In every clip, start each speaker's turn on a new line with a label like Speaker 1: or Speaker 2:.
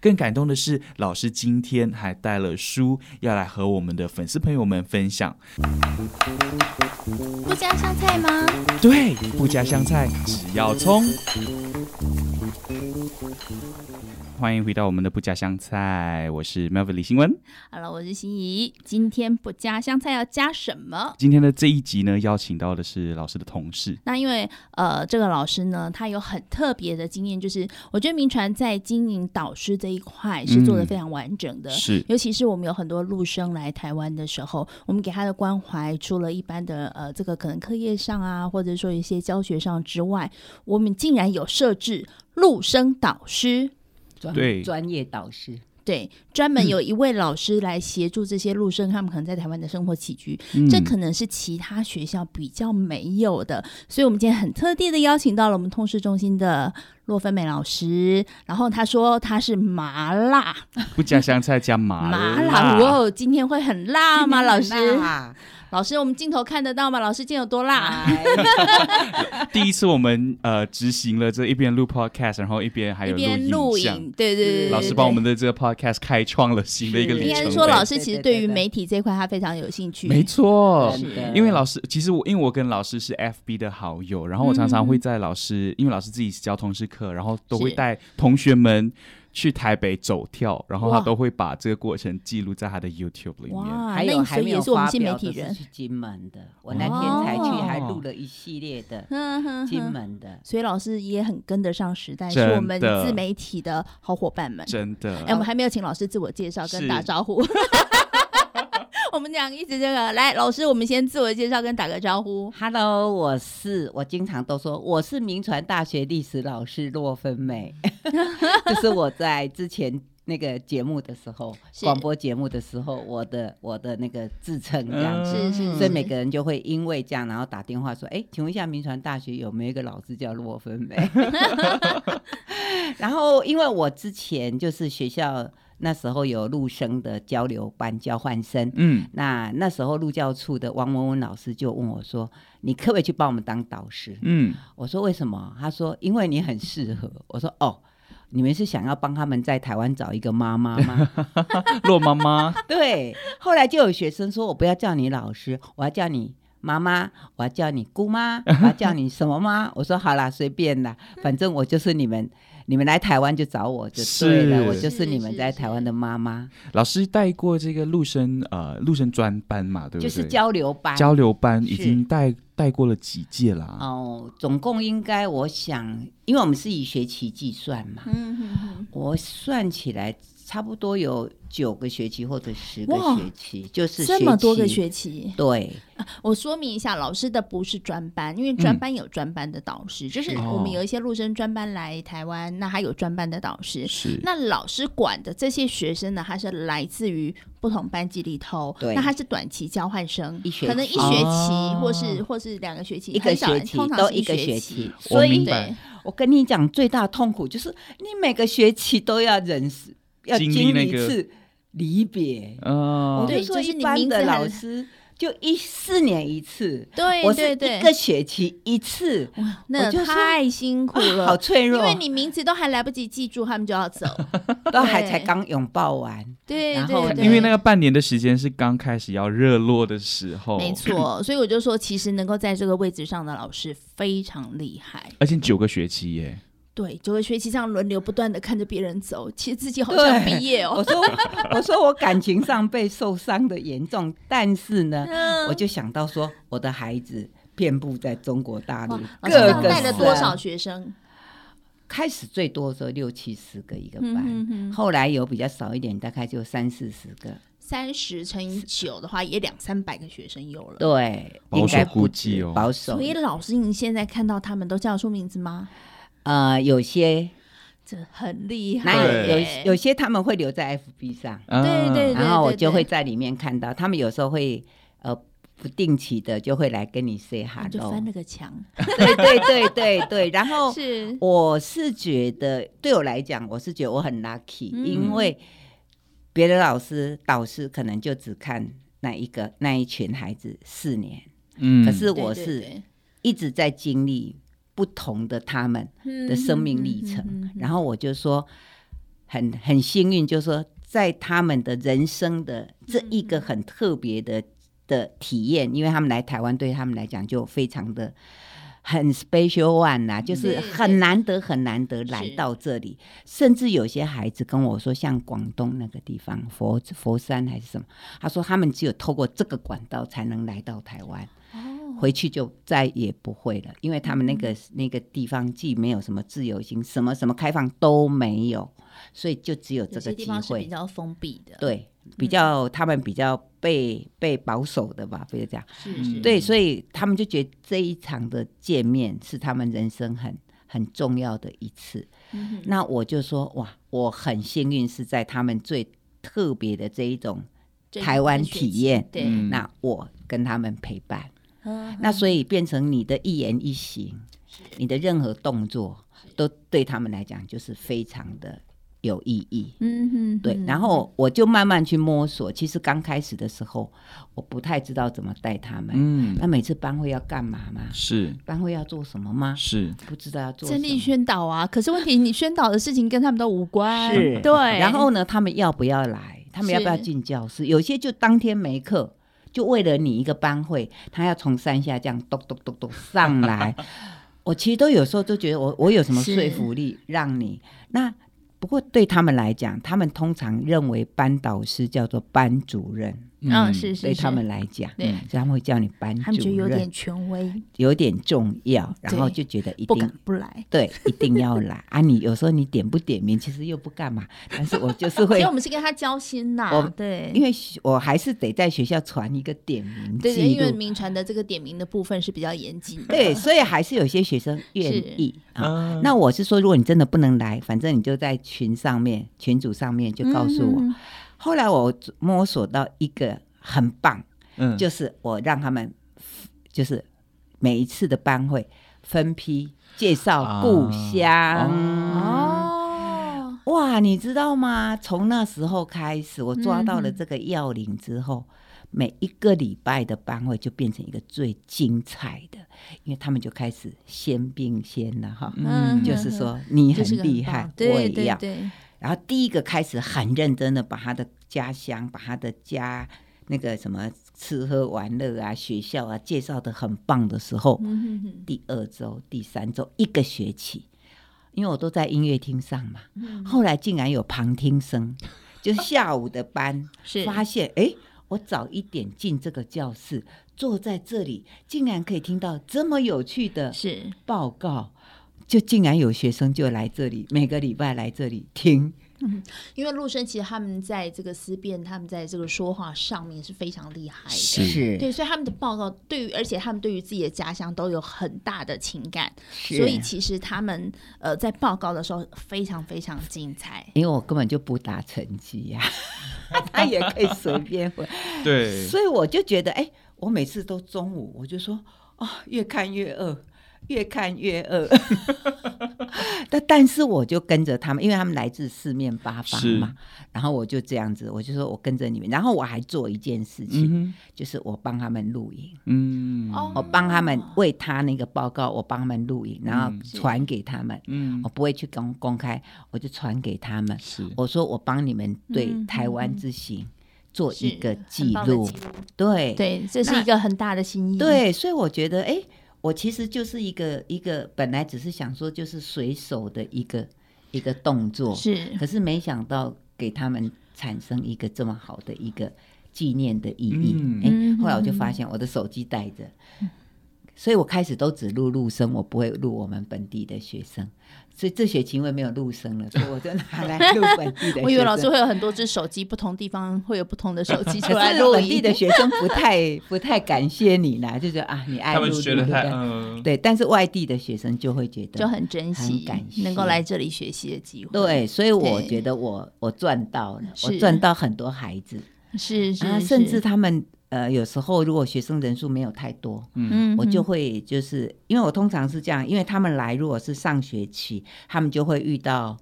Speaker 1: 更感动的是，老师今天还带了书要来和我们的粉丝朋友们分享。
Speaker 2: 不加香菜吗？
Speaker 1: 对，不加香菜，只要葱。欢迎回到我们的不加香菜，我是 Melvin 李新文。
Speaker 2: 好了，我是心怡。今天不加香菜要加什么？
Speaker 1: 今天的这一集呢，邀请到的是老师的同事。
Speaker 2: 那因为呃，这个老师呢，他有很特别的经验，就是我觉得民传在经营导师这一块是做的非常完整的。
Speaker 1: 是
Speaker 2: 尤其是我们有很多陆生来台湾的时候，我们给他的关怀，除了一般的呃这个可能课业上啊，或者说一些教学上之外，我们竟然有设置陆生导师，
Speaker 3: 专
Speaker 1: 对
Speaker 3: 专业导师，嗯
Speaker 2: 对，专门有一位老师来协助这些陆生，他们可能在台湾的生活起居，
Speaker 1: 嗯
Speaker 2: 这可能是其他学校比较没有的，所以我们今天很特地的邀请到了我们通识中心的洛芬美老师，然后他说他是麻辣
Speaker 1: 不加香菜加麻
Speaker 2: 麻辣，哇，哦，今天会很辣吗？老师，
Speaker 3: 啊，
Speaker 2: 老师，我们镜头看得到吗？老师今天有多
Speaker 1: 啊
Speaker 2: 辣？
Speaker 3: 哎
Speaker 1: 第一次我们呃执行了这一边录 podcast，然后一边还
Speaker 2: 一
Speaker 1: 有
Speaker 2: 边
Speaker 1: 录
Speaker 2: 录
Speaker 1: 影这样。
Speaker 2: 影，对对对对对，
Speaker 1: 老师
Speaker 2: 对
Speaker 1: 帮我们的这个 podcast 开创了新的一个
Speaker 3: 是
Speaker 1: 里
Speaker 2: 应该
Speaker 1: 程
Speaker 2: 是
Speaker 1: 碑。
Speaker 2: 说，老师其实对
Speaker 3: 对对对
Speaker 2: 于
Speaker 3: 对
Speaker 2: 媒体这一块他非常有兴趣，
Speaker 1: 没错，
Speaker 3: 真的
Speaker 1: 因为老师，其实我因为我跟老师是 FB 的好友，然后我常常会在老师，因为老师自己是教通识课，然后都会
Speaker 2: 嗯是
Speaker 1: 带同学们去台北走跳，然后他
Speaker 2: 哇
Speaker 1: 都会把这个过程记录在他的 YouTube 里面。
Speaker 2: 哇，
Speaker 3: 还
Speaker 2: 那
Speaker 3: 有
Speaker 2: 你
Speaker 3: 还
Speaker 2: 所以
Speaker 3: 没
Speaker 2: 也
Speaker 3: 有
Speaker 2: 是我们
Speaker 3: 发
Speaker 2: 新媒
Speaker 3: 表
Speaker 2: 体
Speaker 3: 的是
Speaker 2: 人，
Speaker 3: 去金门的，我那天才去，还录了一系列的
Speaker 2: 哼哦嗯哼
Speaker 3: 金
Speaker 2: 哼
Speaker 3: 门的。
Speaker 2: 所以老师也很跟得上时代，是
Speaker 1: 真的
Speaker 2: 我们自媒体的好伙伴们。
Speaker 1: 真的
Speaker 2: 哎、，我们还没有请老师自我介绍跟
Speaker 1: 是
Speaker 2: 打招呼。 我们讲一直这个，来，老师，我们先自我介绍跟打个招呼。
Speaker 3: Hello，我是我经常都说我是民传大学历史老师洛芬美， 这是我在之前那个节目的时候，
Speaker 2: 是
Speaker 3: 广播节目的时候，我的我的那个自称这样子。
Speaker 2: 是是
Speaker 3: 所以每个人就会因为这样，然后打电话说：“哎，请问一下，民传大学有没有一个老师叫洛芬美？” 然后，因为我之前就是学校那时候有陆生的交流班交换生，
Speaker 1: 嗯，
Speaker 3: 那那时候路教处的汪文文老师就问我说：“你可不可以去帮我们当导师？”
Speaker 1: 嗯，
Speaker 3: 我说：“为什么？”他说：“因为你很适合。”我说：“哦，你们是想要帮他们在台湾找一个妈妈吗？”
Speaker 1: 洛妈妈，
Speaker 3: 对，后来就有学生说：“我不要叫你老师，我要叫你妈妈，我要叫你姑妈，我要叫你什么妈？” 我说：“好啦，随便 啦，反正我就是你们，你们来台湾就找我就对了，
Speaker 1: 是
Speaker 3: 我就是
Speaker 2: 是
Speaker 3: 你们
Speaker 2: 是
Speaker 3: 在
Speaker 2: 是
Speaker 3: 台湾的妈妈，
Speaker 1: 老师带过这个陆生呃陆生专班嘛，对不
Speaker 3: 就
Speaker 1: 对？
Speaker 3: 是交流班。
Speaker 1: 交流班已
Speaker 3: 是
Speaker 1: 经带带过了几届啦、
Speaker 2: 啊
Speaker 3: 哦，总共应该我想，因为我们是以学期计算嘛，
Speaker 2: 嗯哼哼
Speaker 3: 我算起来差不多有九个学期或者十个
Speaker 2: 哇
Speaker 3: 学期，就是
Speaker 2: 这么多个
Speaker 3: 期
Speaker 2: 学期，
Speaker 3: 对。
Speaker 2: 我说明一下，老师的不是专班，
Speaker 3: 嗯
Speaker 2: 因为专班有专班的导师，就是
Speaker 3: 是
Speaker 2: 我们
Speaker 1: 哦
Speaker 2: 有一些陆生专班来台湾，那还有专班的导师。
Speaker 1: 是
Speaker 2: 那老师管的这些学生呢，他是来自于不同班级里头，
Speaker 3: 对
Speaker 2: 那他是短期交换生
Speaker 3: 一，学
Speaker 2: 可能一
Speaker 3: 期
Speaker 2: 学期
Speaker 1: 哦
Speaker 2: 或是或是两个学期，
Speaker 3: 一个
Speaker 2: 很少
Speaker 3: 学期
Speaker 2: 通常
Speaker 3: 都
Speaker 2: 是
Speaker 3: 一个
Speaker 2: 学
Speaker 3: 学
Speaker 2: 期
Speaker 3: 期，，
Speaker 1: 我
Speaker 3: 所
Speaker 1: 明
Speaker 3: 以
Speaker 1: 白
Speaker 2: 对，
Speaker 3: 我跟你讲，最大的痛苦就是你每个学期都要 忍受，要
Speaker 1: 经
Speaker 3: 经
Speaker 1: 历
Speaker 3: 历
Speaker 1: 那
Speaker 3: 一
Speaker 1: 个
Speaker 3: 次离别。
Speaker 1: 哦
Speaker 3: 我
Speaker 2: 对
Speaker 3: 就说
Speaker 2: 就是
Speaker 3: 一
Speaker 2: 你
Speaker 3: 般
Speaker 2: 名字
Speaker 3: 的
Speaker 2: 很
Speaker 3: 老师就一四年一次，我
Speaker 2: 对
Speaker 3: 是
Speaker 2: 对
Speaker 3: 一个
Speaker 2: 对，
Speaker 3: 学期一次，
Speaker 2: 那
Speaker 3: 我就说
Speaker 2: 太辛苦
Speaker 3: 啊好
Speaker 2: 了。
Speaker 3: 脆
Speaker 2: 因
Speaker 3: 弱，
Speaker 2: 为你名字都还来不及记住，他们就要 走。
Speaker 3: 都还
Speaker 2: 对
Speaker 3: 才刚拥抱完，
Speaker 2: 对
Speaker 3: 然后
Speaker 2: 对对，
Speaker 1: 因为那个半年的时间是刚开始要热络的时
Speaker 3: 哦
Speaker 1: 候，
Speaker 2: 没。错，所以我就说，其实能够在这个位置上的老师非常厉害。
Speaker 1: 而且九个学期耶，
Speaker 2: 对，九个学期这样轮流不断的看着别人走，其实自己好 像
Speaker 3: 对
Speaker 2: 毕业
Speaker 3: 我
Speaker 2: 哦。
Speaker 3: 说我说我感情上被受伤的严重，但是呢，
Speaker 2: 嗯
Speaker 3: 我就想到说我的孩子遍布在中国大
Speaker 2: 嗯哇
Speaker 3: 陆
Speaker 2: 老师这
Speaker 3: 各
Speaker 2: 样
Speaker 3: 个
Speaker 2: 带了多
Speaker 3: 省
Speaker 2: 少学生？
Speaker 3: 开始最多的时候六七十个一个班，
Speaker 2: 嗯哼哼
Speaker 3: 后来有比较少一点，大概就三四十个。
Speaker 2: 三十乘以九的话，也两三百个学生有了。
Speaker 3: 对，
Speaker 1: 呃保守
Speaker 3: 应该不
Speaker 1: 估计
Speaker 3: 止
Speaker 1: 哦
Speaker 3: 保守
Speaker 2: 所。以老师，你现在看到他们都叫得出名字吗？
Speaker 3: 呃，有些
Speaker 2: 这很厉害
Speaker 3: 那有
Speaker 2: 耶。
Speaker 3: 有有些他们会留在 FB 上，
Speaker 1: 啊
Speaker 2: 对
Speaker 3: 然后我
Speaker 2: 对
Speaker 3: 就
Speaker 2: 对
Speaker 3: 会在里面看到，他们有时候会呃不定期的就会来跟你 say
Speaker 2: 我就翻
Speaker 3: hello。
Speaker 2: 了个墙，
Speaker 3: 对对对对对， 然后
Speaker 2: 是
Speaker 3: 我哦是觉得对我来讲，我是觉得我很 lucky，、
Speaker 2: 嗯
Speaker 3: 因为别的老师导师可能就只看那一个那一群孩子四年，
Speaker 1: 嗯
Speaker 3: 可是
Speaker 2: 对
Speaker 3: 我
Speaker 2: 对
Speaker 3: 是
Speaker 2: 对
Speaker 3: 一直在经历不同的他们的生命历程。
Speaker 2: 嗯嗯嗯嗯嗯
Speaker 3: 然后我就说，很很幸运，就是说在他们的人生的这一个
Speaker 2: 嗯
Speaker 3: 很特别的的体验，因为他们来台湾，对他们来讲就非常的。很 special one 啦、就是
Speaker 2: 是
Speaker 3: 很难得很难得来
Speaker 2: 是
Speaker 3: 到这里，甚至有些孩子跟我说，像广东那个地方佛佛山还是什么，他说他们只有透过这个管道才能来到台湾。
Speaker 2: 哦，
Speaker 3: 回去就再也不会了，因为他们那
Speaker 2: 嗯
Speaker 3: 个、那个地方既没有什么自由行，什么什么开放都没有，所以就只有这
Speaker 2: 有
Speaker 3: 个
Speaker 2: 些地
Speaker 3: 机
Speaker 2: 方是比
Speaker 3: 会。
Speaker 2: 较嗯封闭的，，
Speaker 3: 对，比较、他们比较被被保守的吧，不要这样。
Speaker 2: 是是，
Speaker 3: 对，所以他们就觉得这一场的见面是他们人生很很重要的一次。
Speaker 2: 嗯哼
Speaker 3: 那我就说哇，我很幸运是在他们最特别的这一种，
Speaker 2: 这
Speaker 3: 台湾
Speaker 2: 个学
Speaker 3: 体
Speaker 2: 期
Speaker 3: 验
Speaker 2: 对，
Speaker 1: 嗯
Speaker 3: 那我跟他们陪伴。
Speaker 2: 嗯
Speaker 3: 那所以变成你的一言一行，你的任何动作都对他们来讲就是非常的有意义。
Speaker 2: 嗯哼，
Speaker 3: 对，
Speaker 2: 嗯
Speaker 3: 然后我就慢慢去摸索。其实刚开始的时候，我不太知道怎么带他们。
Speaker 1: 嗯，
Speaker 3: 那每次班会要干嘛吗？
Speaker 1: 是
Speaker 3: 班会要做什么吗？
Speaker 1: 是，
Speaker 3: 不知道要做什
Speaker 2: 尽力
Speaker 3: 么。
Speaker 2: 宣导啊，可是问题你宣导的事情跟他们都无关，
Speaker 3: 是
Speaker 2: 嗯对，
Speaker 3: 然后呢，他们要不要来？他们要不要
Speaker 2: 是
Speaker 3: 进教室？有些就当天没课，就为了你一个班会，他要从山下这样咚咚咚咚 上来。我其实都有时候都觉得我我有什么说
Speaker 2: 是
Speaker 3: 服力让你那。不过对他们来讲，他们通常认为班导师叫做班主任，
Speaker 2: 嗯是是
Speaker 3: 对他
Speaker 2: 是
Speaker 3: 们来讲，
Speaker 2: 对
Speaker 1: 嗯
Speaker 3: 所以他们会叫你班
Speaker 2: 他们觉
Speaker 3: 主
Speaker 2: 得有
Speaker 3: 任
Speaker 2: 点，权威，
Speaker 3: 有点重要，然后
Speaker 2: 对
Speaker 3: 就觉得一
Speaker 2: 不
Speaker 3: 定
Speaker 2: 敢不来。
Speaker 3: 对，一定要来 啊！你有时候你点不点名，其实又不干嘛，但是我就是
Speaker 2: 所
Speaker 3: 会
Speaker 2: 以我，们是跟他交心呐、
Speaker 3: 我
Speaker 2: 对，
Speaker 3: 因为我还是得在学校传一个点名
Speaker 2: 对对，
Speaker 3: 记
Speaker 2: 因为
Speaker 3: 录，
Speaker 2: 名传的这个点名的部分是比较严谨的，
Speaker 3: 对，所以还是有些学生愿
Speaker 2: 是
Speaker 3: 意啊。
Speaker 1: 啊
Speaker 3: 那我是说，如果你真的不能来，反正你就在群上面、群组上面就告诉我。
Speaker 2: 嗯
Speaker 3: 后来我摸索到一个很棒，
Speaker 1: 嗯
Speaker 3: 就是我让他们就是每一次的班会分批介绍故
Speaker 1: 啊
Speaker 3: 乡。
Speaker 2: 嗯
Speaker 3: 嗯
Speaker 2: 哦，
Speaker 3: 哇，你知道吗？从那时候开始，我抓到
Speaker 2: 嗯
Speaker 3: 了这个要领之后，每一个礼拜的班会就变成一个最精彩的，因为他们就开始先并先了哈。
Speaker 2: 嗯
Speaker 3: 就是说你
Speaker 2: 这
Speaker 3: 很
Speaker 2: 是个
Speaker 3: 厉
Speaker 2: 棒
Speaker 3: 害，我
Speaker 2: 对
Speaker 3: 也
Speaker 2: 对
Speaker 3: 要。
Speaker 2: 对，
Speaker 3: 然后第一个开始很认真的把他的家乡、把他的家那个什么吃喝玩乐啊、学校啊介绍的很棒的时候，
Speaker 2: 嗯哼哼
Speaker 3: 第二周、第三周一个学期，因为我都在音乐厅上嘛，
Speaker 2: 嗯
Speaker 3: 后来竟然有旁 听生，就是下午的班
Speaker 2: 是
Speaker 3: 发现，哎、我早一点进这个教室，坐在这里，竟然可以听到这么有趣的
Speaker 2: 是
Speaker 3: 报告。就竟然有学生就来这里，每个礼拜来这里听，
Speaker 2: 因为陆生其实他们在这个思辨，他们在这个说话上面是非常厉害的，
Speaker 1: 是
Speaker 2: 对，所以他们的报告对于，而且他们对于自己的家乡都有很大的情感，
Speaker 3: 是
Speaker 2: 所以其实他们呃在报告的时候非常非常精彩。
Speaker 3: 因为我根本就不打成绩 呀、他也可以随便回，
Speaker 1: 对，
Speaker 3: 所以我就觉得，哎、我每次都中午，我就说，哦，越看越饿，越看越饿。 但但是我就跟着他们，因为他们来自四面八方
Speaker 1: 是
Speaker 3: 嘛，然后我就这样子，我就说我跟着你们，然后我还做一件事情，
Speaker 1: 嗯哼
Speaker 3: 就是我帮他们录影，
Speaker 1: 嗯
Speaker 2: 哦
Speaker 3: 我帮他们为他那个报告，我帮他们录影，然后
Speaker 1: 嗯
Speaker 2: 是
Speaker 3: 传给他们，
Speaker 1: 嗯
Speaker 3: 我不会去公公开，我就传给他们。
Speaker 1: 是
Speaker 3: 我说我帮你们对
Speaker 2: 嗯
Speaker 3: 台湾
Speaker 2: 嗯
Speaker 3: 之行做
Speaker 2: 是
Speaker 3: 一个
Speaker 2: 很
Speaker 3: 记
Speaker 2: 棒的
Speaker 3: 录，对
Speaker 2: 对，这是
Speaker 3: 那
Speaker 2: 一个很大的心意。，
Speaker 3: 对，所以我觉得，哎，我其实就是一个一个本来只是想说就是随手的一个一个动作，
Speaker 2: 是
Speaker 3: 可是没想到给他们产生一个这么好的一个纪念的意义
Speaker 1: 嗯。
Speaker 3: 哎、
Speaker 2: 嗯
Speaker 3: 后来我就发现我的手机带着。所以我开始都只录陆生，我不会录我们本地的学生，所以这学期因为没有陆生了，所以我就拿来 录本地的学生。
Speaker 2: 我以为老师会有很多只手机，不同地方会有不同的手机出来
Speaker 3: 可 是
Speaker 2: 录
Speaker 3: 本地
Speaker 2: 音
Speaker 3: 的。学生不太不太感谢你啦，就觉得啊，你爱
Speaker 1: 他
Speaker 3: 录
Speaker 1: 们学的
Speaker 3: 录
Speaker 1: 太
Speaker 3: 录
Speaker 1: 嗯
Speaker 3: 对，但是外地的学生就会觉得
Speaker 2: 就很珍惜
Speaker 3: 很感谢
Speaker 2: 能够来这里学习的机会。，
Speaker 3: 对，所以我
Speaker 2: 对
Speaker 3: 觉得我我赚到了，我
Speaker 2: 是
Speaker 3: 赚到很多孩子，
Speaker 2: 是是
Speaker 3: 啊，
Speaker 2: 是
Speaker 3: 甚至他们呃有时候如果学生人数没有太多，
Speaker 1: 嗯
Speaker 2: 嗯，
Speaker 3: 我就会就是因为我通常是这样，因为他们来如果是上学期，他们就会遇到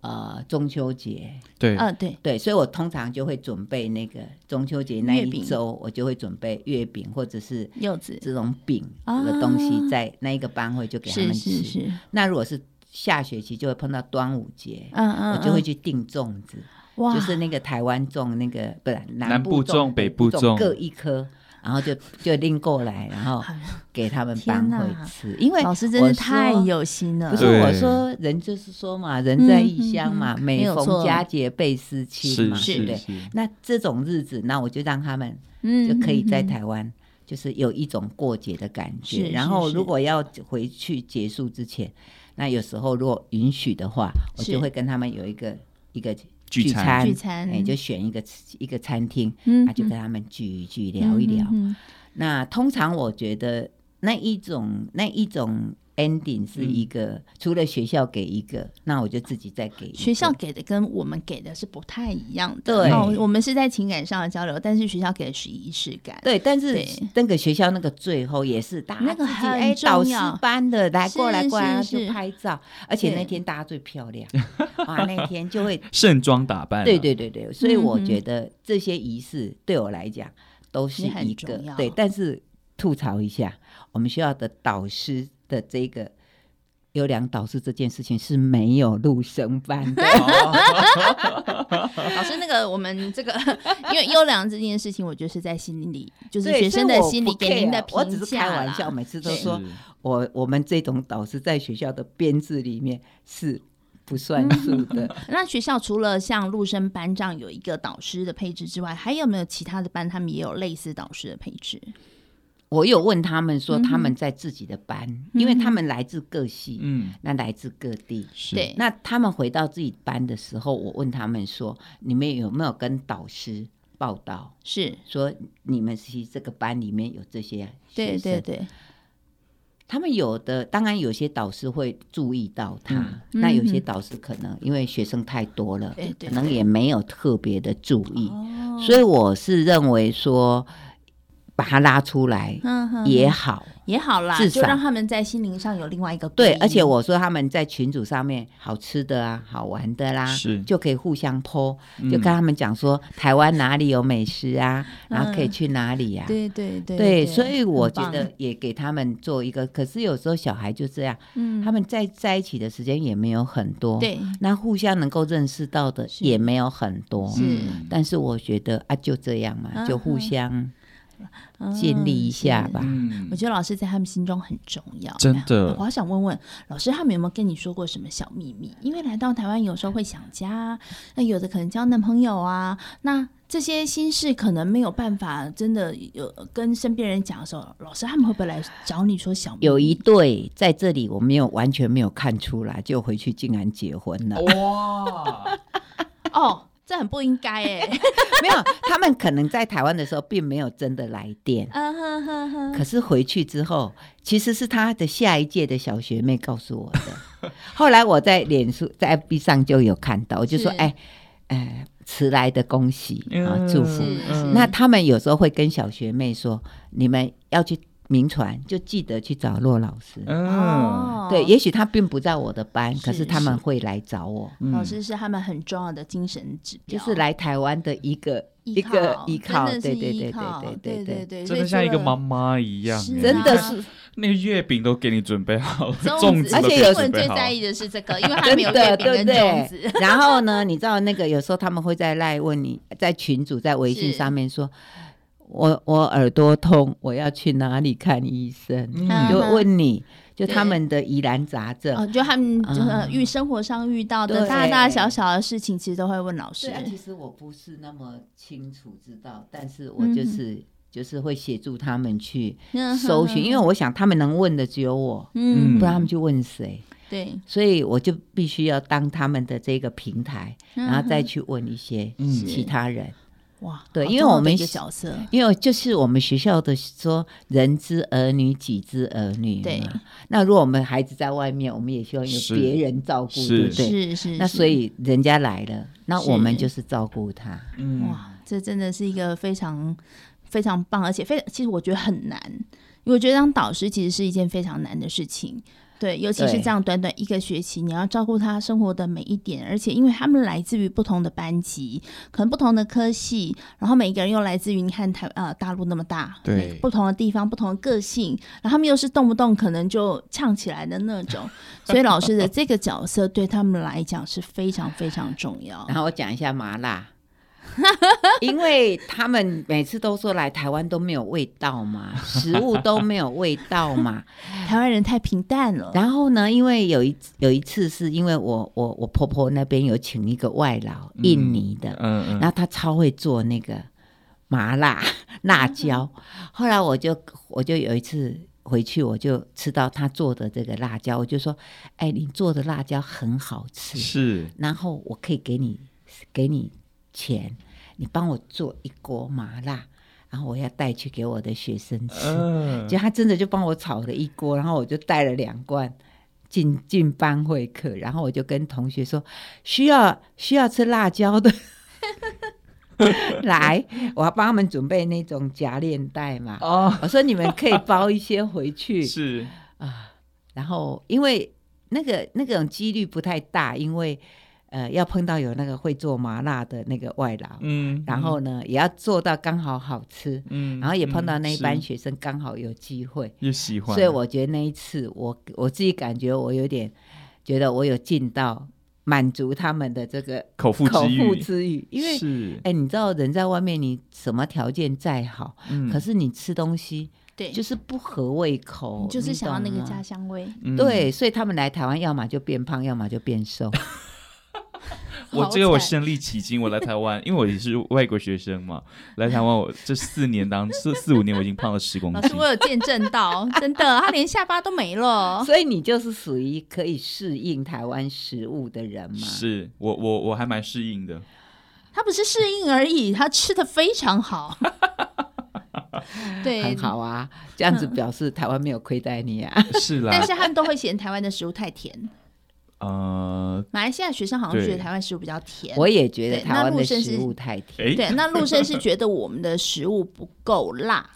Speaker 3: 呃中秋节，
Speaker 1: 对
Speaker 2: 嗯啊对，
Speaker 3: 对，所以我通常就会准备那个中秋节那
Speaker 2: 月
Speaker 3: 一
Speaker 2: 饼
Speaker 3: 周，我就会准备月饼或者是
Speaker 2: 柚子
Speaker 3: 这种饼的东西
Speaker 2: 啊
Speaker 3: 在那一个班会就给他
Speaker 2: 是
Speaker 3: 们吃。
Speaker 2: 是是
Speaker 3: 那如果是下学期就会碰到端午节，
Speaker 2: 嗯嗯，
Speaker 3: 我就会去订粽子，
Speaker 2: 哇，
Speaker 3: 就是那个台湾粽，那个不是
Speaker 1: 南
Speaker 3: 南
Speaker 1: 部粽北部粽
Speaker 3: 各一颗，然后就就拎过来，然后给他们
Speaker 2: 天
Speaker 3: 班
Speaker 2: 哪
Speaker 3: 会吃，因为
Speaker 2: 老师真
Speaker 3: 我
Speaker 2: 是太
Speaker 3: 说
Speaker 2: 有心了
Speaker 3: 不。是
Speaker 1: 对
Speaker 3: 我说，人就是说嘛，人在异乡嘛，
Speaker 2: 嗯嗯嗯没
Speaker 3: 每
Speaker 2: 有错
Speaker 3: 逢佳节倍思亲
Speaker 1: 是
Speaker 3: 嘛，对不
Speaker 1: 是
Speaker 3: 对？
Speaker 1: 是，
Speaker 3: 那这种日子，那我就让他们
Speaker 2: 嗯
Speaker 3: 就可以在台湾，就是有一种过节的感
Speaker 2: 是
Speaker 3: 觉。
Speaker 2: 是
Speaker 3: 然后，
Speaker 2: 是
Speaker 3: 如果要回去结束之前，那有时候如果允许的话，我
Speaker 2: 是
Speaker 3: 就会跟他们有一个一个
Speaker 1: 聚餐
Speaker 3: 餐，
Speaker 2: 聚餐
Speaker 3: 哎，就选一个一个餐厅，
Speaker 2: 嗯
Speaker 3: 啊，就跟他们聚一聚，聊一聊。
Speaker 2: 嗯嗯嗯
Speaker 3: 那通常我觉得那一种那一种 ending 是
Speaker 2: 嗯
Speaker 3: 一个，除了学校给一个，那我就自己再给一个
Speaker 2: 学校给的跟我们给的是不太一样的。
Speaker 3: 对
Speaker 2: 哦，我们是在情感上的交流，但是学校给的是仪式感。
Speaker 3: 对，但是
Speaker 2: 对
Speaker 3: 那个学校那个最后也是大家
Speaker 2: 那个
Speaker 3: 自己
Speaker 2: 很
Speaker 3: 哎
Speaker 2: 重
Speaker 3: 导师
Speaker 2: 要
Speaker 3: 班的来
Speaker 2: 是
Speaker 3: 过来过来
Speaker 2: 是是
Speaker 3: 就拍照，而且
Speaker 2: 对
Speaker 3: 那天大家最 漂亮，哇，那天就会
Speaker 1: 盛装打扮啊，
Speaker 3: 对对对对，所以我
Speaker 2: 嗯哼
Speaker 3: 觉得这些仪式对我来讲都是
Speaker 2: 也很
Speaker 3: 一
Speaker 2: 重
Speaker 3: 个
Speaker 2: 要
Speaker 3: 对，但是吐槽一下，我们学校的导师的这个优良导师这件事情是没有录生 班的，
Speaker 2: 哦老师，那个我们这个因为优良这件事情，我觉得是在心里，就是
Speaker 3: 对
Speaker 2: 学生
Speaker 3: 所
Speaker 2: 的
Speaker 3: 以我
Speaker 2: 心理
Speaker 3: 不
Speaker 2: 给您的
Speaker 3: care，我只
Speaker 2: 评
Speaker 3: 是开
Speaker 2: 价
Speaker 3: 玩
Speaker 2: 啦
Speaker 3: 笑，。每次都
Speaker 2: 对
Speaker 3: 说
Speaker 1: 是
Speaker 3: 我我们这种导师在学校的编制里面是不算
Speaker 2: 嗯
Speaker 3: 数的，
Speaker 2: 那学校除了像陆生班这样有一个导师的配置之外，还有没有其他的班他们也有类似导师的配置？
Speaker 3: 我有问他们说他
Speaker 2: 嗯
Speaker 3: 们在自己的班，因为他们来自各系，
Speaker 1: 嗯
Speaker 3: 那来自各地。
Speaker 1: 是
Speaker 2: 对，
Speaker 3: 那他们回到自己班的时候，我问他们说：“你们有没有跟导师报道
Speaker 2: 是，
Speaker 3: 说你们其实这个班里面有这些
Speaker 2: 对
Speaker 3: 学生
Speaker 2: 对对，
Speaker 3: 他们有的当然有些导师会注意到他，
Speaker 2: 嗯
Speaker 3: 那
Speaker 2: 嗯
Speaker 3: 有些
Speaker 2: 嗯
Speaker 3: 导师可能因为学生太多了，
Speaker 2: 对对
Speaker 3: 可能也没有特别的注意。
Speaker 2: 哦
Speaker 3: 所以我是认为说，把他拉出来
Speaker 2: 嗯哼
Speaker 3: 也好，
Speaker 2: 也好啦，
Speaker 3: 至
Speaker 2: 就
Speaker 3: 少
Speaker 2: 让他们在心灵上有另外一个
Speaker 3: 对，
Speaker 2: 归
Speaker 3: 而且
Speaker 2: 因
Speaker 3: 我说他们在群组上面好吃的啊、好玩的啦，
Speaker 1: 是
Speaker 3: 就可以互相剖，
Speaker 1: 嗯
Speaker 3: 就跟他们讲说台湾哪里有美食啊，然后可以
Speaker 2: 嗯
Speaker 3: 去哪里啊。
Speaker 2: 对对对
Speaker 3: 对，所以我
Speaker 2: 很
Speaker 3: 觉
Speaker 2: 棒
Speaker 3: 得也给他们做一个，可是有时候小孩就这样，
Speaker 2: 嗯
Speaker 3: 他们在在一起的时间也没有很多，，
Speaker 2: 对
Speaker 3: 那互相能够认识到的
Speaker 2: 是
Speaker 3: 也没有很多，
Speaker 2: 是
Speaker 1: 嗯
Speaker 3: 但是我觉得啊，就这样嘛，就
Speaker 2: 嗯
Speaker 3: 互
Speaker 2: 哼
Speaker 3: 相建立一下。吧。
Speaker 1: 嗯
Speaker 2: 嗯我觉得老师在他们心中很重要，
Speaker 1: 真的
Speaker 2: 我好想问问老师，他们有没有跟你说过什么小秘密？因为来到台湾有时候会想家，那有的可能交男朋友啊，那这些心事可能没有办法真的有呃跟身边人讲的时候，老师他们会不会来找你说小秘密？
Speaker 3: 有一对在这里，我没有完全没有看出来，就回去竟然结婚了。
Speaker 1: 哇，
Speaker 2: 哦，这很不应该哎、
Speaker 3: 没有，他们可能在台湾的时候并没有真的来电，
Speaker 2: 嗯哼哼哼，
Speaker 3: 可是回去之后，其实是他的下一届的小学妹告诉我的。 后来我在脸书、在 FB 上就有看到，我就说：“
Speaker 2: 是嗯
Speaker 3: 哎，呃，迟来的恭喜
Speaker 1: 嗯
Speaker 3: 啊，祝福。
Speaker 2: 是是
Speaker 3: 那他们有时候会跟小学妹说：“你们要去名传，就记得去找骆老师。
Speaker 1: 嗯
Speaker 2: 哦，
Speaker 3: 对，也许他并不在我的班，可
Speaker 2: 是
Speaker 3: 是他们
Speaker 2: 是
Speaker 3: 会来找我。
Speaker 1: 嗯
Speaker 2: 老师是他们很重要的精神指
Speaker 3: 就
Speaker 2: 标，
Speaker 3: 是来台湾的一个
Speaker 2: 依
Speaker 3: 一
Speaker 2: 靠
Speaker 3: 个依靠，
Speaker 2: 真的
Speaker 3: 对
Speaker 2: 是
Speaker 3: 对
Speaker 2: 依
Speaker 3: 对
Speaker 2: 靠
Speaker 3: 对
Speaker 2: 对
Speaker 3: 对
Speaker 2: 对，
Speaker 1: 真
Speaker 2: 所以
Speaker 1: 的像一个
Speaker 2: 除了
Speaker 1: 妈妈一样
Speaker 2: 是
Speaker 1: 欸，
Speaker 2: 啊
Speaker 3: 真的是
Speaker 1: 那个月饼都给你准备好了，
Speaker 2: 粽
Speaker 1: 粽
Speaker 2: 子，
Speaker 1: 子
Speaker 3: 而
Speaker 1: 都
Speaker 3: 且
Speaker 1: 给你
Speaker 3: 有
Speaker 2: 新
Speaker 3: 时
Speaker 1: 准
Speaker 2: 闻
Speaker 1: 备
Speaker 2: 最
Speaker 1: 好
Speaker 2: 在意的是这个，因为他
Speaker 3: 真
Speaker 2: 没有月
Speaker 3: 的
Speaker 2: 饼跟
Speaker 3: 对
Speaker 2: 粽
Speaker 3: 对
Speaker 2: 子。。
Speaker 3: 然后呢，你知道那个有时候他们会在赖问你，在群组在微信
Speaker 2: 是
Speaker 3: 上面说，我我耳朵痛，我要去哪里看医生？
Speaker 2: 嗯
Speaker 3: 就
Speaker 1: 嗯，
Speaker 3: 问你就
Speaker 2: 对
Speaker 3: 他们的疑难杂症。
Speaker 2: 哦，就他们
Speaker 3: 啊
Speaker 2: 就是遇生活上遇到的
Speaker 3: 对
Speaker 2: 大大小小的事情，其实都会问老师
Speaker 3: 对。啊，其实我不是那么清楚知道，但是我
Speaker 2: 嗯
Speaker 3: 就
Speaker 2: 哼
Speaker 3: 是就是会协助他们去
Speaker 2: 嗯
Speaker 3: 搜寻，因为我想他们能问的只有我，
Speaker 2: 嗯
Speaker 1: 嗯
Speaker 3: 不然他们去问谁？
Speaker 2: 对，
Speaker 3: 所以我就必须要当他们的这个平台，
Speaker 2: 嗯
Speaker 3: 然后再去问一些
Speaker 1: 嗯
Speaker 3: 其他人，
Speaker 2: 哇，
Speaker 3: 对
Speaker 2: 好
Speaker 3: 因为
Speaker 2: 重要
Speaker 3: 我
Speaker 2: 的
Speaker 3: 们
Speaker 2: 一个角色
Speaker 3: 因为就是我们学校的说人之儿女，己之儿女嘛。
Speaker 2: 对
Speaker 3: 那如果我们孩子在外面，我们也希望有
Speaker 1: 是
Speaker 3: 别人照顾，
Speaker 1: 是
Speaker 3: 对不对？
Speaker 2: 是是，
Speaker 3: 那
Speaker 2: 是
Speaker 3: 所以人家来了，那
Speaker 2: 是
Speaker 3: 我们就是照顾他。
Speaker 1: 嗯，
Speaker 2: 哇，这真的是一个非常非常棒，而且非其实我觉得很难，因为我觉得当导师其实是一件非常难的事情。对，尤其是
Speaker 3: 对
Speaker 2: 这样短短一个学期，你要照顾他生活的每一点，而且因为他们来自于不同的班级，可能不同的科系，然后每一个人又来自于你看台呃大陆那么大，
Speaker 1: 对
Speaker 2: 每不同的地方、不同的个性，然后他们又是动不动可能就呛起来的那种，所以老师的这个角色对他们来讲是非常非常重要。
Speaker 3: 然后我讲一下 麻辣，因为他们每次都说来台湾都没有味道嘛，食物都没有味道嘛。
Speaker 2: 台湾人太平淡了，
Speaker 3: 然后呢，因为有一有一次是因为我我我婆婆那边有请一个外劳，印尼的，
Speaker 1: 嗯嗯，
Speaker 3: 然后他超会做那个麻辣 辣椒。后来我就我就有一次回去，我就吃到他做的这个辣椒，我就说：“哎，你做的辣椒很好 吃。”
Speaker 1: 是
Speaker 3: 然后我可以给你给你钱，你帮我做一锅麻辣，然后我要带去给我的学生吃。
Speaker 1: 嗯
Speaker 3: 就他真的就帮我炒了一锅，然后我就带了两罐进进班会课，然后我就跟同学说需要需要吃辣椒的。 来，我要帮他们准备那种夹链袋嘛。
Speaker 1: 哦，
Speaker 3: 我说你们可以包一些回 去，
Speaker 1: 是
Speaker 3: 啊，然后因为那个那种几率不太大，因为呃要碰到有那个会做麻辣的那个外劳，
Speaker 1: 嗯，
Speaker 3: 然后呢也要做到刚好好吃，
Speaker 1: 嗯，
Speaker 3: 然后也碰到
Speaker 1: 嗯
Speaker 3: 那一班
Speaker 1: 是
Speaker 3: 学生刚好有机会，
Speaker 1: 也喜欢，
Speaker 3: 所以我觉得那一次我我自己感觉我有点觉得我有尽到满足他们的这个
Speaker 1: 口腹
Speaker 3: 口
Speaker 1: 之
Speaker 3: 腹
Speaker 1: 欲，
Speaker 3: 之欲，因为
Speaker 1: 是
Speaker 3: 哎、你知道人在外面你什么条件再好，
Speaker 1: 嗯
Speaker 3: 可是你吃东西
Speaker 2: 对，
Speaker 3: 就是是不合胃口，
Speaker 2: 就是
Speaker 3: 你
Speaker 2: 想要
Speaker 3: 懂啊
Speaker 2: 那个
Speaker 3: 吗
Speaker 2: 家乡 味，
Speaker 1: 嗯
Speaker 3: 对，所以他们来台湾，要么就变胖，要么就变瘦。
Speaker 1: 我
Speaker 2: 好
Speaker 1: 这个我
Speaker 2: 惨
Speaker 1: 身历其境，我来台湾，因为我也是外国学生嘛，来台湾我这四年当四四五年，我已经胖了十公
Speaker 2: 老
Speaker 1: 斤
Speaker 2: 师，我有见证 到，真的，他连下巴都没了。
Speaker 3: 所以你就是属于可以适应台湾食物的人嘛？
Speaker 1: 是我我我还蛮适应 的，
Speaker 2: 他不是适应而已，他吃的非常 好。对，
Speaker 3: 很。好啊，
Speaker 2: 嗯
Speaker 3: 这样子表示台湾没有亏待你啊。
Speaker 1: 是啦
Speaker 2: 但，是他们都会嫌台湾的食物太甜，
Speaker 1: 呃，
Speaker 2: 马来西亚学生好像
Speaker 1: 对
Speaker 2: 觉得台湾食物比较甜。
Speaker 3: 我也觉得
Speaker 2: 对
Speaker 3: 台湾
Speaker 2: 那
Speaker 3: 的
Speaker 2: 陆生
Speaker 3: 食
Speaker 2: 是
Speaker 3: 物太甜。
Speaker 1: 诶，
Speaker 2: 对，那陆生是觉得我们的食物不够辣，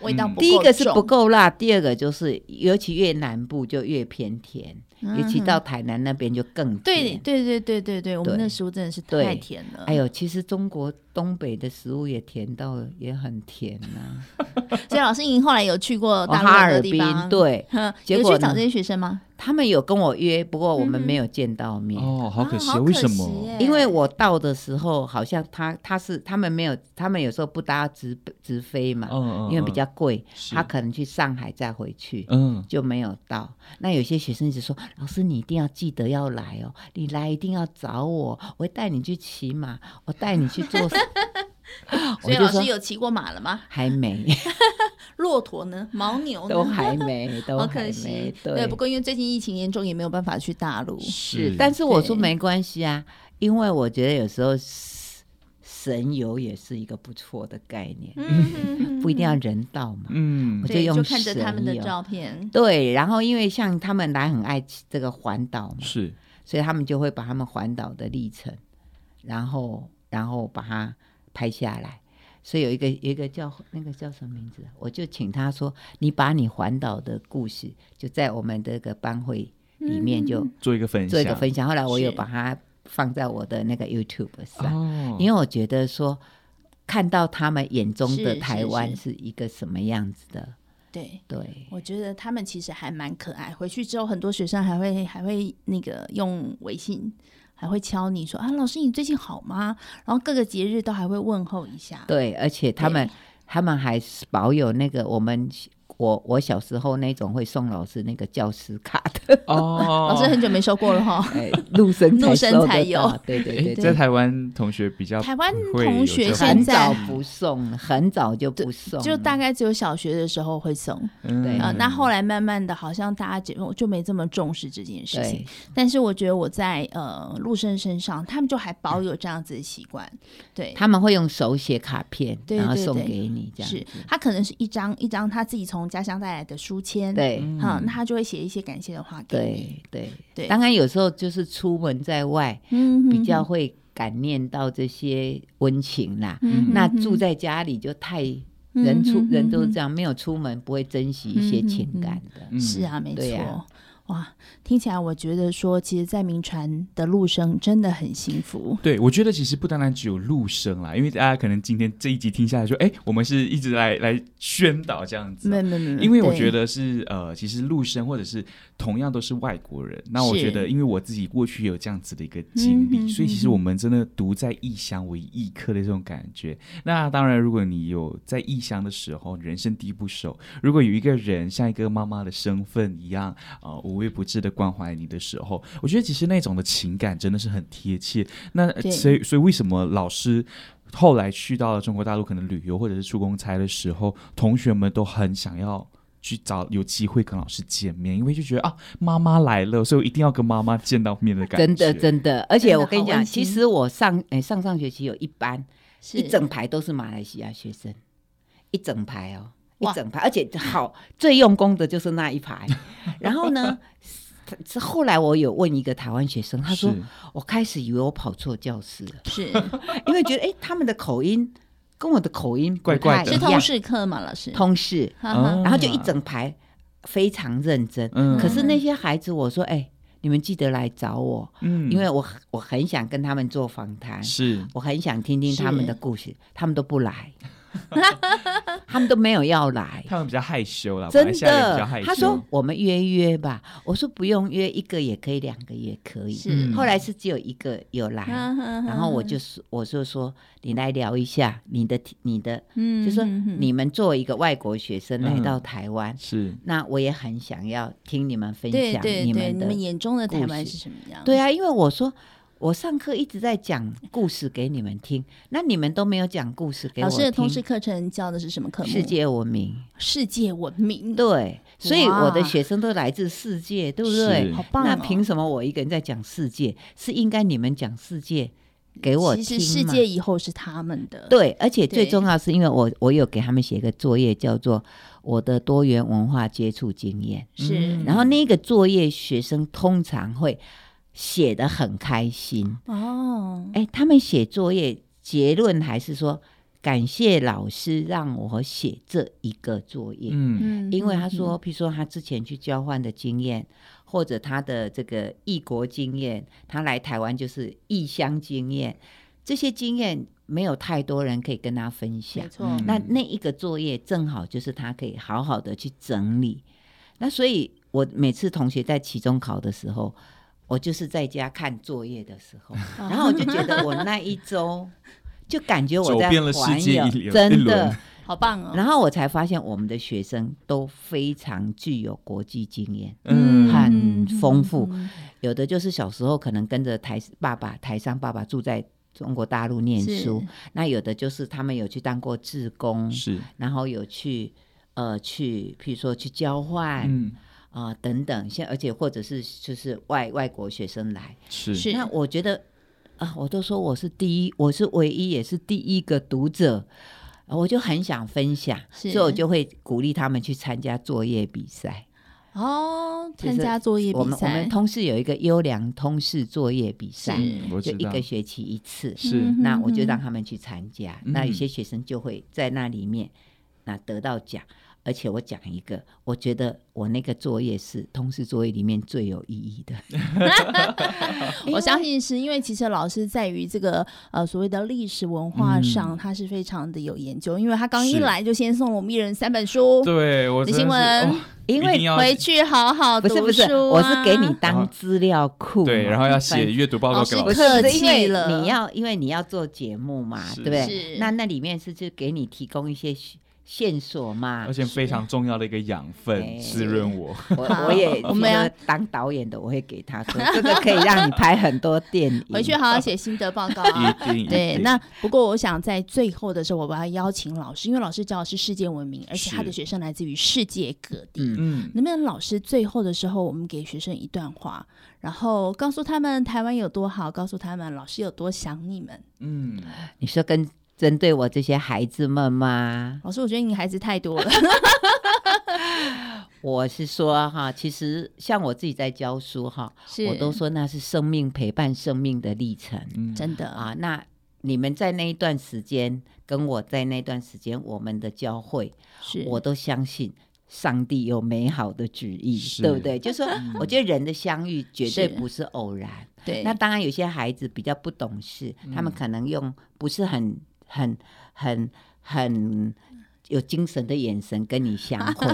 Speaker 2: 味道不够重。
Speaker 3: 嗯第一个是不够辣，第二个就是尤其越南部就越偏甜，
Speaker 2: 嗯，
Speaker 3: 尤其到台南那边就更
Speaker 2: 对
Speaker 3: 甜。
Speaker 2: 对对对对对，我们
Speaker 3: 对
Speaker 2: 的食物真的是
Speaker 3: 对
Speaker 2: 太甜了。
Speaker 3: 哎，呦，其实中国东北的食物也甜到了也很甜呐、
Speaker 2: 所以老师您后来有去过
Speaker 3: 啊，
Speaker 2: 大陆
Speaker 3: 哈
Speaker 2: 很多
Speaker 3: 尔
Speaker 2: 地
Speaker 3: 滨
Speaker 2: 方，，
Speaker 3: 对
Speaker 2: 哼
Speaker 3: 结
Speaker 2: 有
Speaker 3: 果
Speaker 2: 去找
Speaker 3: 呢
Speaker 2: 这些学生吗？
Speaker 3: 他们有跟我约，不过我们
Speaker 2: 嗯哼
Speaker 3: 没有见到面。
Speaker 1: 哦，好可惜，
Speaker 2: 啊
Speaker 1: 为什
Speaker 2: 惜
Speaker 1: 么？
Speaker 2: 耶
Speaker 3: 因为我到的时候，好像他他是他们没有，他们有时候不搭直直飞嘛，
Speaker 1: 嗯嗯，
Speaker 3: 因为比
Speaker 1: 嗯
Speaker 3: 较贵，
Speaker 1: 是
Speaker 3: 他可能去上海再回去。
Speaker 1: 嗯
Speaker 3: 就没有到。那有些学生就说：“老师，你一定要记得要来哦，你来一定要找我，我会带你去骑马，我带你去做什么。”
Speaker 2: 所
Speaker 3: 我
Speaker 2: 以
Speaker 3: 就
Speaker 2: 老师
Speaker 3: 说
Speaker 2: 有骑过马了吗？
Speaker 3: 还没，
Speaker 2: 骆驼呢？牦牛呢？
Speaker 3: 都还没，都
Speaker 2: 好
Speaker 3: 还
Speaker 2: 可
Speaker 3: 没
Speaker 2: 惜。。不过因为最近疫情严重，也没有办法去大陆。嗯
Speaker 1: 是，
Speaker 3: 但是我
Speaker 2: 对
Speaker 3: 说没关系啊，因为我觉得有时候神游也是一个不错的概念，
Speaker 2: 嗯
Speaker 3: 不一定要人道嘛。
Speaker 1: 嗯
Speaker 3: 我，就
Speaker 2: 对，
Speaker 3: 用
Speaker 2: 就看着他们的
Speaker 3: 神游
Speaker 2: 照片，
Speaker 3: 对，然后因为像他们来很爱骑这个环岛嘛，
Speaker 1: 是
Speaker 3: 所以他们就会把他们环岛的历程，然后然后把它拍下来。所以有一个有一个叫那个叫什么名字啊，我就请他说，你把你环岛的故事就在我们这个班会里面就
Speaker 1: 做一个分享，
Speaker 3: 做一个分享。后来我有
Speaker 2: 是
Speaker 3: 把它放在我的那个 YouTube 上，
Speaker 1: 哦，
Speaker 3: 因为我觉得说看到他们眼中
Speaker 2: 是
Speaker 3: 的
Speaker 2: 是
Speaker 3: 台湾
Speaker 2: 是
Speaker 3: 是一个什么样子的，
Speaker 2: 对。
Speaker 3: 对。
Speaker 2: 我觉得他们其实还蛮可爱。回去之后，很多学生还会还会那个用微信，还会敲你说啊，老师你最近好吗？然后各个节日都还会问候一下。
Speaker 3: 对，而且他们他们还是保有那个我们我我小时候那种会送老师那个教师卡的，
Speaker 1: 哦，
Speaker 2: 老师很久没收过了哈。
Speaker 3: 哎， 陆生
Speaker 2: 陆生
Speaker 3: 收
Speaker 2: 才
Speaker 3: 得
Speaker 2: 有
Speaker 3: 到，对对
Speaker 1: 诶
Speaker 3: 对
Speaker 1: 在
Speaker 3: 对。
Speaker 1: 台湾同学比
Speaker 3: 哦
Speaker 1: 较
Speaker 2: 台湾
Speaker 1: 会
Speaker 2: 同
Speaker 1: 有
Speaker 2: 学
Speaker 1: 这
Speaker 2: 现
Speaker 3: 很
Speaker 1: 种
Speaker 2: 在
Speaker 3: 早不送了，很早就不送了，
Speaker 2: 就大概只有小学的时候会送，
Speaker 1: 嗯
Speaker 2: 呃，那后来慢慢的，好像大家就就没这么重视这件事情
Speaker 3: 对。，
Speaker 2: 但是我觉得我在呃陆生身上，他们就还保有这样子的习惯，对。
Speaker 3: 嗯他们会用手写卡片，
Speaker 2: 对
Speaker 3: 然后
Speaker 2: 对
Speaker 3: 送
Speaker 2: 对
Speaker 3: 给你这样
Speaker 2: 是
Speaker 3: 子，
Speaker 2: 他可能是一张一张他自己从家乡带来的书签，，
Speaker 3: 对
Speaker 1: 嗯
Speaker 2: 好、那他就会写一些感谢的话给你，
Speaker 3: 对对
Speaker 2: 对
Speaker 3: 当然有时候就是出门在外，
Speaker 2: 嗯
Speaker 3: 比较会感念到这些温情啦。
Speaker 2: 嗯
Speaker 3: 那住在家里就太人出人都是这
Speaker 2: 样，
Speaker 3: 样，没有出门不会珍惜一些情感的。
Speaker 1: 嗯
Speaker 2: 是啊，没错。
Speaker 3: 对呀
Speaker 2: 哇，听起来我觉得说，其实，在民传的陆生真的很幸福。
Speaker 1: 对，我觉得其实不单单只有陆生啦，因为大家可能今天这一集听下来说，哎，我们是一直来来宣导这样子啊、
Speaker 2: 没没没，
Speaker 1: 因为我
Speaker 2: 嗯对
Speaker 1: 觉得是呃，其实陆生或者是同样都是外国人，那我
Speaker 2: 是
Speaker 1: 觉得因为我自己过去有这样子的一个经历，
Speaker 2: 嗯哼
Speaker 1: 所以其实我们真的独在异乡为异客的这种感觉。那当然，如果你有在异乡的时候人生地不熟，如果有一个人像一个妈妈的身份一样，呃，无微不至的关怀你的时候，我觉得其实那种的情感真的是很贴切。那呃
Speaker 2: 对
Speaker 1: 所以所以为什么老师后来去到了中国大陆，可能旅游或者是出公差的时候，同学们都很想要。去找有机会跟老师见面，因为就觉得啊，妈妈来了，所以我一定要跟妈妈见到面的感觉。
Speaker 3: 真的真的，而且
Speaker 2: 真的
Speaker 3: 我跟你
Speaker 2: 好
Speaker 3: 讲，
Speaker 2: 温
Speaker 3: 其
Speaker 2: 馨
Speaker 3: 实我上哎、上上学期有一班
Speaker 2: 是
Speaker 3: 一整排都是马来西亚学生，一整排哦，一
Speaker 2: 哇
Speaker 3: 整排，而且好最用功的就是那一排。然后呢，是后来我有问一个台湾学生，他说
Speaker 1: 是
Speaker 3: 我开始以为我跑错教室了，
Speaker 2: 是
Speaker 3: 因为觉得哎、他们的口音跟我的口音不
Speaker 1: 怪怪
Speaker 3: 太
Speaker 1: 的
Speaker 2: 是
Speaker 3: 一
Speaker 2: 通
Speaker 3: 样
Speaker 2: 识课嘛，老师，
Speaker 3: 通事，
Speaker 2: 哈哈
Speaker 1: 嗯
Speaker 3: 然后就一整排非常认真。
Speaker 1: 嗯
Speaker 3: 可是那些孩子，我说哎、你们记得来找我。
Speaker 1: 嗯
Speaker 3: 因为我很我很想跟他们做访谈，
Speaker 1: 是
Speaker 3: 我很想听听
Speaker 2: 是
Speaker 3: 他们的故事，他们都不来， 他们都没有要来。
Speaker 1: 他们比较害羞啦，马
Speaker 3: 真
Speaker 1: 来西亚人比较
Speaker 3: 的
Speaker 1: 害，羞。
Speaker 3: 他说我们约一约吧，我说不用约，一个也可以，两个也可以。
Speaker 2: 是
Speaker 3: 后来是只有一个有来，
Speaker 1: 啊
Speaker 3: 然
Speaker 2: 然
Speaker 3: 后我就说，我就说你来聊一下你的你的，
Speaker 2: 嗯
Speaker 3: 就说
Speaker 2: 嗯嗯
Speaker 3: 你们作为一个外国学生来
Speaker 1: 嗯
Speaker 3: 到台湾，
Speaker 1: 是
Speaker 3: 那我也很想要听你们分
Speaker 2: 对
Speaker 3: 享
Speaker 2: 对对，
Speaker 3: 们
Speaker 2: 你
Speaker 3: 的
Speaker 2: 们眼中的台
Speaker 3: 故
Speaker 2: 湾
Speaker 3: 事
Speaker 2: 是什么样？
Speaker 3: 对啊，因为我说我上课一直在讲故事给你们听，那你们都没有讲故事给我
Speaker 2: 老
Speaker 3: 听。
Speaker 2: 师的通识课程教的是什么科目？
Speaker 3: 世界文明，
Speaker 2: 世界文明，
Speaker 3: 对，所以我的
Speaker 2: 哇
Speaker 3: 学生都来自世界，对不对？
Speaker 1: 是
Speaker 2: 好棒哦！
Speaker 3: 那凭什么我一个人在讲世界？是应该你们讲世界给我
Speaker 2: 其
Speaker 3: 听
Speaker 2: 实世
Speaker 3: 嘛
Speaker 2: 界以后是他们的，
Speaker 3: 对，而且最
Speaker 2: 对
Speaker 3: 重要是因为我我有给他们写一个作业，叫做我的多元文化接触经验。
Speaker 2: 是
Speaker 1: 嗯
Speaker 3: 然后那个作业学生通常会写得很开心，
Speaker 2: 哦，
Speaker 3: 哎，他们写作业结论还是说感谢老师让我写这一个作业，
Speaker 1: 嗯
Speaker 2: 嗯
Speaker 3: 因为他
Speaker 2: 嗯
Speaker 3: 说，譬如说他之前去交换的经验，或者他的这个异国经验，他来台湾就是异乡经验，这些经验没有太多人可以跟他分享
Speaker 2: 没。错，
Speaker 1: 嗯
Speaker 3: 那那一个作业正好就是他可以好好的去整理。那所以，我每次同学在期中考的时候，我就是在家看作业的时候，然
Speaker 2: 哦
Speaker 3: 后我就觉得我那一周就感觉我在
Speaker 1: 走遍了世
Speaker 3: 环
Speaker 1: 界
Speaker 3: 游
Speaker 1: 一流一
Speaker 3: 真的
Speaker 1: 轮。
Speaker 2: 好棒哦，
Speaker 3: 然后我才发现，我们的学生都非常具有国际经验，
Speaker 1: 嗯
Speaker 3: 很丰富
Speaker 2: 嗯
Speaker 3: 有的就是小时候可能跟着台爸爸、台商爸爸住在中国大陆念书，那有的就是他们有去当过志工，
Speaker 1: 是
Speaker 3: 然后有去呃去，譬如说去交换
Speaker 1: 嗯
Speaker 3: 啊、呃等等，像而且或者是就是外外国学生来，
Speaker 1: 是
Speaker 2: 是
Speaker 3: 那我觉得啊、我都说我是第一，我是唯一也是第一个读者。呃我就很想分享，所
Speaker 2: 是
Speaker 3: 以我就会鼓励他们去参加作业比赛。
Speaker 2: 哦，
Speaker 3: 其
Speaker 2: 参
Speaker 3: 实
Speaker 2: 加作业
Speaker 3: 我
Speaker 2: 比
Speaker 3: 们我
Speaker 2: 赛
Speaker 3: 们，通识有一个优良通识作业比赛，
Speaker 2: 是
Speaker 1: 嗯我
Speaker 3: 就
Speaker 1: 知
Speaker 3: 一
Speaker 1: 道
Speaker 3: 个学期一次。
Speaker 1: 是
Speaker 2: 嗯
Speaker 3: 那我就让他们去参加。
Speaker 1: 嗯
Speaker 3: 那有些学生就会在那里面那得到奖，而且我讲一个，我觉得我那个作业是通识作业里面最有意义的。
Speaker 2: 我相信是因为其实老师在于这个呃所谓的历史文化
Speaker 3: 嗯
Speaker 2: 上，他是非常的有研究，因为他刚一
Speaker 1: 是
Speaker 2: 来就先送了我们一人三本书，
Speaker 1: 对我
Speaker 2: 李
Speaker 1: 真的
Speaker 2: 哦新
Speaker 1: 是哦
Speaker 2: 闻
Speaker 1: 哇
Speaker 3: 因
Speaker 1: 一定
Speaker 3: 为
Speaker 1: 要
Speaker 2: 回去好好
Speaker 3: 啊哦不
Speaker 2: 读
Speaker 3: 是
Speaker 2: 书、啊、
Speaker 3: 不是，我是给你当资料库嘛，
Speaker 1: 对，然后要写
Speaker 3: 反
Speaker 1: 阅读报
Speaker 2: 嗯老
Speaker 1: 告
Speaker 2: 师
Speaker 1: 给老
Speaker 3: 不
Speaker 1: 师。
Speaker 3: 是不
Speaker 2: 客
Speaker 3: 是因为
Speaker 2: 气了
Speaker 3: 你要因为你要做节目嘛，
Speaker 1: 是
Speaker 3: 对不对
Speaker 2: 是？
Speaker 3: 那那里面是就给你提供一些线线索嘛
Speaker 1: 而。且非常重要的一个养分，
Speaker 3: 哎
Speaker 1: 滋润我。
Speaker 3: 我
Speaker 2: 好
Speaker 3: 我也
Speaker 2: 我们要
Speaker 3: 觉得当导演的，我会给他说，这个可以让你拍很多电影。
Speaker 2: 回去好好写心得报告
Speaker 1: 一
Speaker 3: 嗯
Speaker 2: 啊。
Speaker 1: 定一
Speaker 2: 对，
Speaker 1: 定
Speaker 2: 那不过我想在最后的时候，我把它邀请老师，因为老师教的是世界文明，而且他
Speaker 1: 是
Speaker 2: 的学生来自于世界各地。
Speaker 3: 嗯
Speaker 1: 嗯
Speaker 2: 能不能老师最后的时候，我们给学生一段话，然后告诉他们台湾有多好，告诉他们老师有多想你们。
Speaker 1: 嗯，
Speaker 3: 你说跟针对我这些孩子们吗？
Speaker 2: 老师，我觉得你孩子太多了。
Speaker 3: 我是说哈，其实像我自己在教书哈，
Speaker 2: 是
Speaker 3: 我都说那是生命陪伴生命的历程
Speaker 1: 嗯
Speaker 2: 真的啊，
Speaker 3: 啊。那你们在那一段时间，跟我在那段时间，我们的教会，
Speaker 2: 是
Speaker 3: 我都相信上帝有美好的旨意，
Speaker 1: 是
Speaker 3: 对不 对？就是说，我觉得人的相遇绝对
Speaker 2: 是
Speaker 3: 不是偶然。
Speaker 2: 对，嗯
Speaker 3: 那当然，有些孩子比较不懂事，他们可能用不是很、很、很、很有精神的眼神跟你相 会，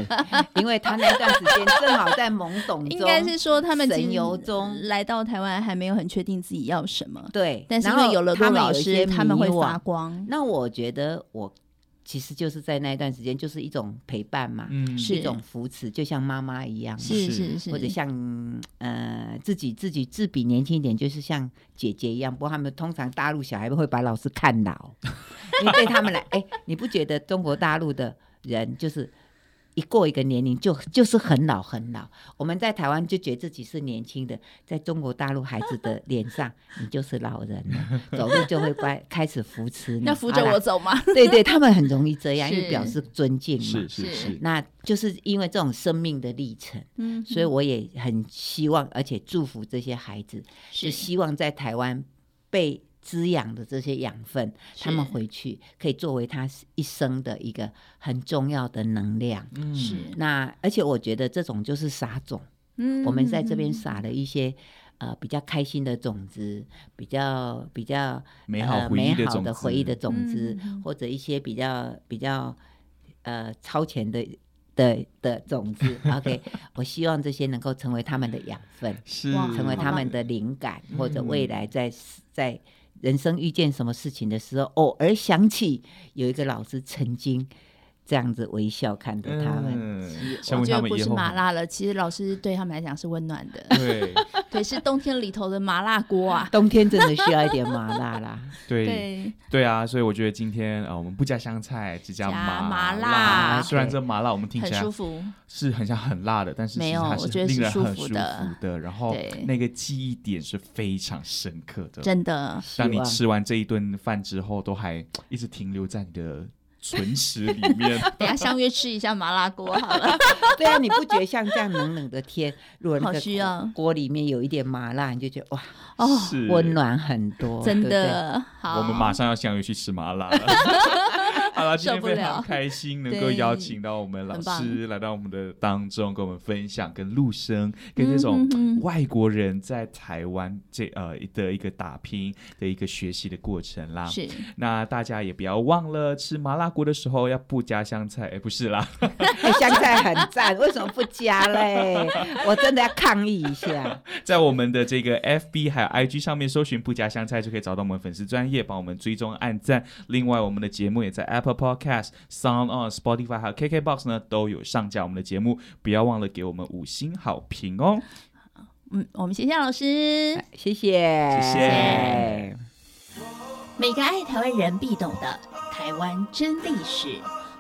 Speaker 3: 因为他那段时间正好在懵懂中，
Speaker 2: 应该是说他们其
Speaker 3: 神
Speaker 2: 实
Speaker 3: 游中
Speaker 2: 来到台湾还没有很确定自己要什么，
Speaker 3: 对，
Speaker 2: 但是因
Speaker 3: 然
Speaker 2: 为
Speaker 3: 后
Speaker 2: 有了
Speaker 3: 他
Speaker 2: 陆
Speaker 3: 们
Speaker 2: 老
Speaker 3: 有一
Speaker 2: 师，
Speaker 3: 些
Speaker 2: 他们会
Speaker 3: 迷惘
Speaker 2: 发光。
Speaker 3: 那我觉得我其实就是在那一段时间，就是一种陪伴嘛，
Speaker 1: 嗯，
Speaker 2: 是
Speaker 3: 一种扶持，就像妈妈一样嘛。
Speaker 2: 是
Speaker 1: 是
Speaker 2: 是是，
Speaker 3: 或者像呃自己自己自比年轻一点，就是像姐姐一样。不过他们通常大陆小孩会把老师看老，因为对他们来， 哎、你不觉得中国大陆的人就是一过一个年龄就就是很老很老？我们在台湾就觉得自己是年轻的，在中国大陆孩子的脸上，你就是老人了，走路就会乖，开始扶持 你。 啊
Speaker 2: 那扶着
Speaker 3: 好啦
Speaker 2: 我，走吗？
Speaker 3: 对对，他们很容易这样，因
Speaker 2: 是
Speaker 3: 为表示尊敬嘛。
Speaker 1: 是是
Speaker 2: 是
Speaker 1: 是，
Speaker 3: 那就是因为这种生命的历程。
Speaker 2: 嗯，
Speaker 3: 所以我也很希望，而且祝福这些孩子，是希望在台湾被滋养的这些养分，他们
Speaker 2: 是
Speaker 3: 回去可以作为他一生的一个很重要的能量。
Speaker 1: 嗯
Speaker 2: 是，
Speaker 3: 那而且我觉得这种就是撒种，
Speaker 2: 嗯
Speaker 3: 我们在这边
Speaker 2: 嗯
Speaker 3: 撒了一些。呃，比较开心的种子，比较比较
Speaker 1: 美好
Speaker 3: 呃
Speaker 1: 回忆
Speaker 3: 美
Speaker 1: 的
Speaker 3: 好
Speaker 1: 种
Speaker 3: 的
Speaker 1: 子，
Speaker 3: 回忆的种子，
Speaker 2: 嗯嗯嗯
Speaker 3: 或者一些比较比较呃超前的的的种子。OK，我希望这些能够成为他们的养分，
Speaker 1: 是
Speaker 2: 哇
Speaker 3: 成为他们的灵感，
Speaker 1: 嗯
Speaker 3: 或者未来在在人生遇见什么事情的时候，偶尔想起有一个老师曾经这样子微笑看着他们。
Speaker 1: 嗯，
Speaker 2: 我
Speaker 1: 成为
Speaker 2: 觉
Speaker 1: 他
Speaker 2: 得
Speaker 1: 们
Speaker 2: 不
Speaker 1: 以
Speaker 2: 是
Speaker 1: 后，
Speaker 2: 麻辣了，其实老师对他们来讲是温暖的
Speaker 1: 对
Speaker 2: 对，是冬天里头的麻辣锅啊。
Speaker 3: 冬天真的需要一点麻辣啦，
Speaker 1: 对
Speaker 2: 对，
Speaker 1: 对啊，所以我觉得今天啊，呃我们不加香菜，只加
Speaker 2: 加麻
Speaker 1: 辣。
Speaker 2: 辣
Speaker 1: 虽然
Speaker 3: 对
Speaker 1: 这麻辣我们听起
Speaker 2: 很
Speaker 1: 来
Speaker 2: 舒服，
Speaker 1: 是很像很辣的，但是
Speaker 2: 没
Speaker 1: 其实
Speaker 2: 有
Speaker 1: 它
Speaker 2: 我觉得
Speaker 1: 令
Speaker 2: 是
Speaker 1: 人
Speaker 2: 舒
Speaker 1: 很
Speaker 2: 服
Speaker 1: 舒
Speaker 2: 的
Speaker 1: 服的，然后
Speaker 2: 对
Speaker 1: 那个记忆点是非常深刻的。
Speaker 2: 真的。
Speaker 3: 希
Speaker 1: 当你
Speaker 3: 望
Speaker 1: 吃完这一顿饭之后，都还一直停留在你的唇齿里面。
Speaker 2: 等一下相约吃一下麻辣锅好了，
Speaker 3: 对啊，你不觉得像这样冷冷的天，如果那
Speaker 2: 好
Speaker 3: 个
Speaker 2: 需要
Speaker 3: 锅锅里面有一点麻辣，你就觉得哇，
Speaker 2: 哦，
Speaker 1: 是
Speaker 3: 温暖很多，
Speaker 2: 真
Speaker 3: 对不对。
Speaker 2: 的好。
Speaker 1: 我们马上要相约去吃麻辣 了。好了，今天
Speaker 2: 受不
Speaker 1: 非常
Speaker 2: 了
Speaker 1: 开心能够
Speaker 2: 对
Speaker 1: 邀请到我们老
Speaker 2: 很
Speaker 1: 师
Speaker 2: 棒
Speaker 1: 来到我们的当中，跟我们分享跟陆生跟这种
Speaker 2: 嗯哼哼
Speaker 1: 外国人在台湾这呃的一个打拼的一个学习的过程啦。
Speaker 2: 是
Speaker 1: 那大家也不要忘了吃麻辣锅的时候要不加香菜，哎，不是啦，
Speaker 3: 哎香菜很赞，为什么不加嘞？我真的要抗议一下。
Speaker 1: 在我们的这个 FB 还有 IG 上面搜寻“不加香菜”就可以找到我们粉丝专业，帮我们追踪、按赞。另外，我们的节目也在 Apple Podcast、Sound On、Spotify 还有 KKBox 呢都有上架我们的节目，不要忘了给我们五星好评哦。
Speaker 2: 嗯，我们谢谢老师。
Speaker 3: 谢谢，
Speaker 1: 谢谢。
Speaker 2: 每个爱台湾人必懂的台湾真历史，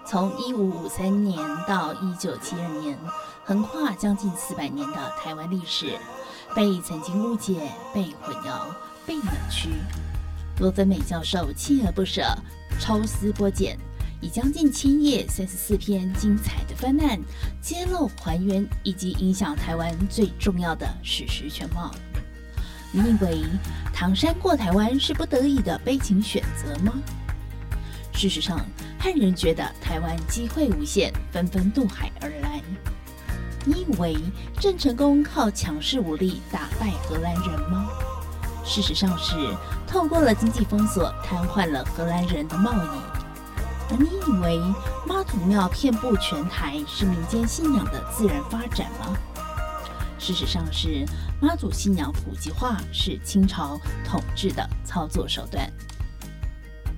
Speaker 2: 从一五五三年到一九七二年，横跨将近四百年的台湾历史，被曾经误解、被混淆、被扭曲。罗芬美教授锲而不舍，抽丝剥茧，以将近千页、三十四篇精彩的翻案，揭露还原以及影响台湾最重要的史实全貌。你以为唐山过台湾是不得已的悲情选择吗？事实上，汉人觉得台湾机会无限，纷纷渡海而来。你以为郑成功靠强势武力打败荷兰人吗？事实上是透过了经济封锁，瘫痪了荷兰人的贸易。而你以为妈祖庙遍布全台是民间信仰的自然发展吗？事实上是妈祖信仰普及化是清朝统治的操作手段。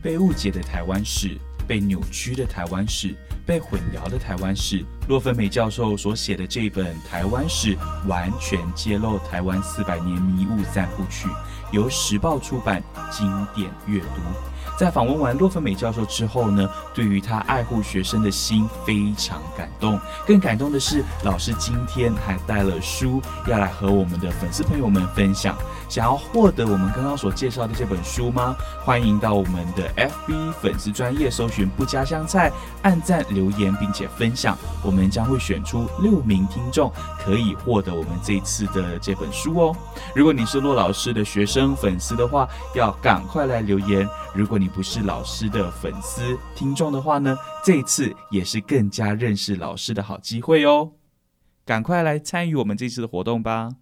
Speaker 1: 被误解的台湾史，被扭曲的台湾史，被混淆的台湾史。洛芬美教授所写的这本《台湾史》，完全揭露台湾四百年迷雾三部曲，由时报出版，经典阅读。在访问完洛芬美教授之后呢，对于他爱护学生的心非常感动。更感动的是，老师今天还带了书要来和我们的粉丝朋友们分享。想要获得我们刚刚所介绍的这本书吗？欢迎到我们的 FB 粉丝专业搜寻“不加香菜”，按赞、留言并且分享，我们将会选出六名听众，可以获得我们这次的这本书哦。如果你是骆老师的学生粉丝的话，要赶快来留言，如果你不是老师的粉丝听众的话呢，这一次也是更加认识老师的好机会哦。赶快来参与我们这次的活动吧！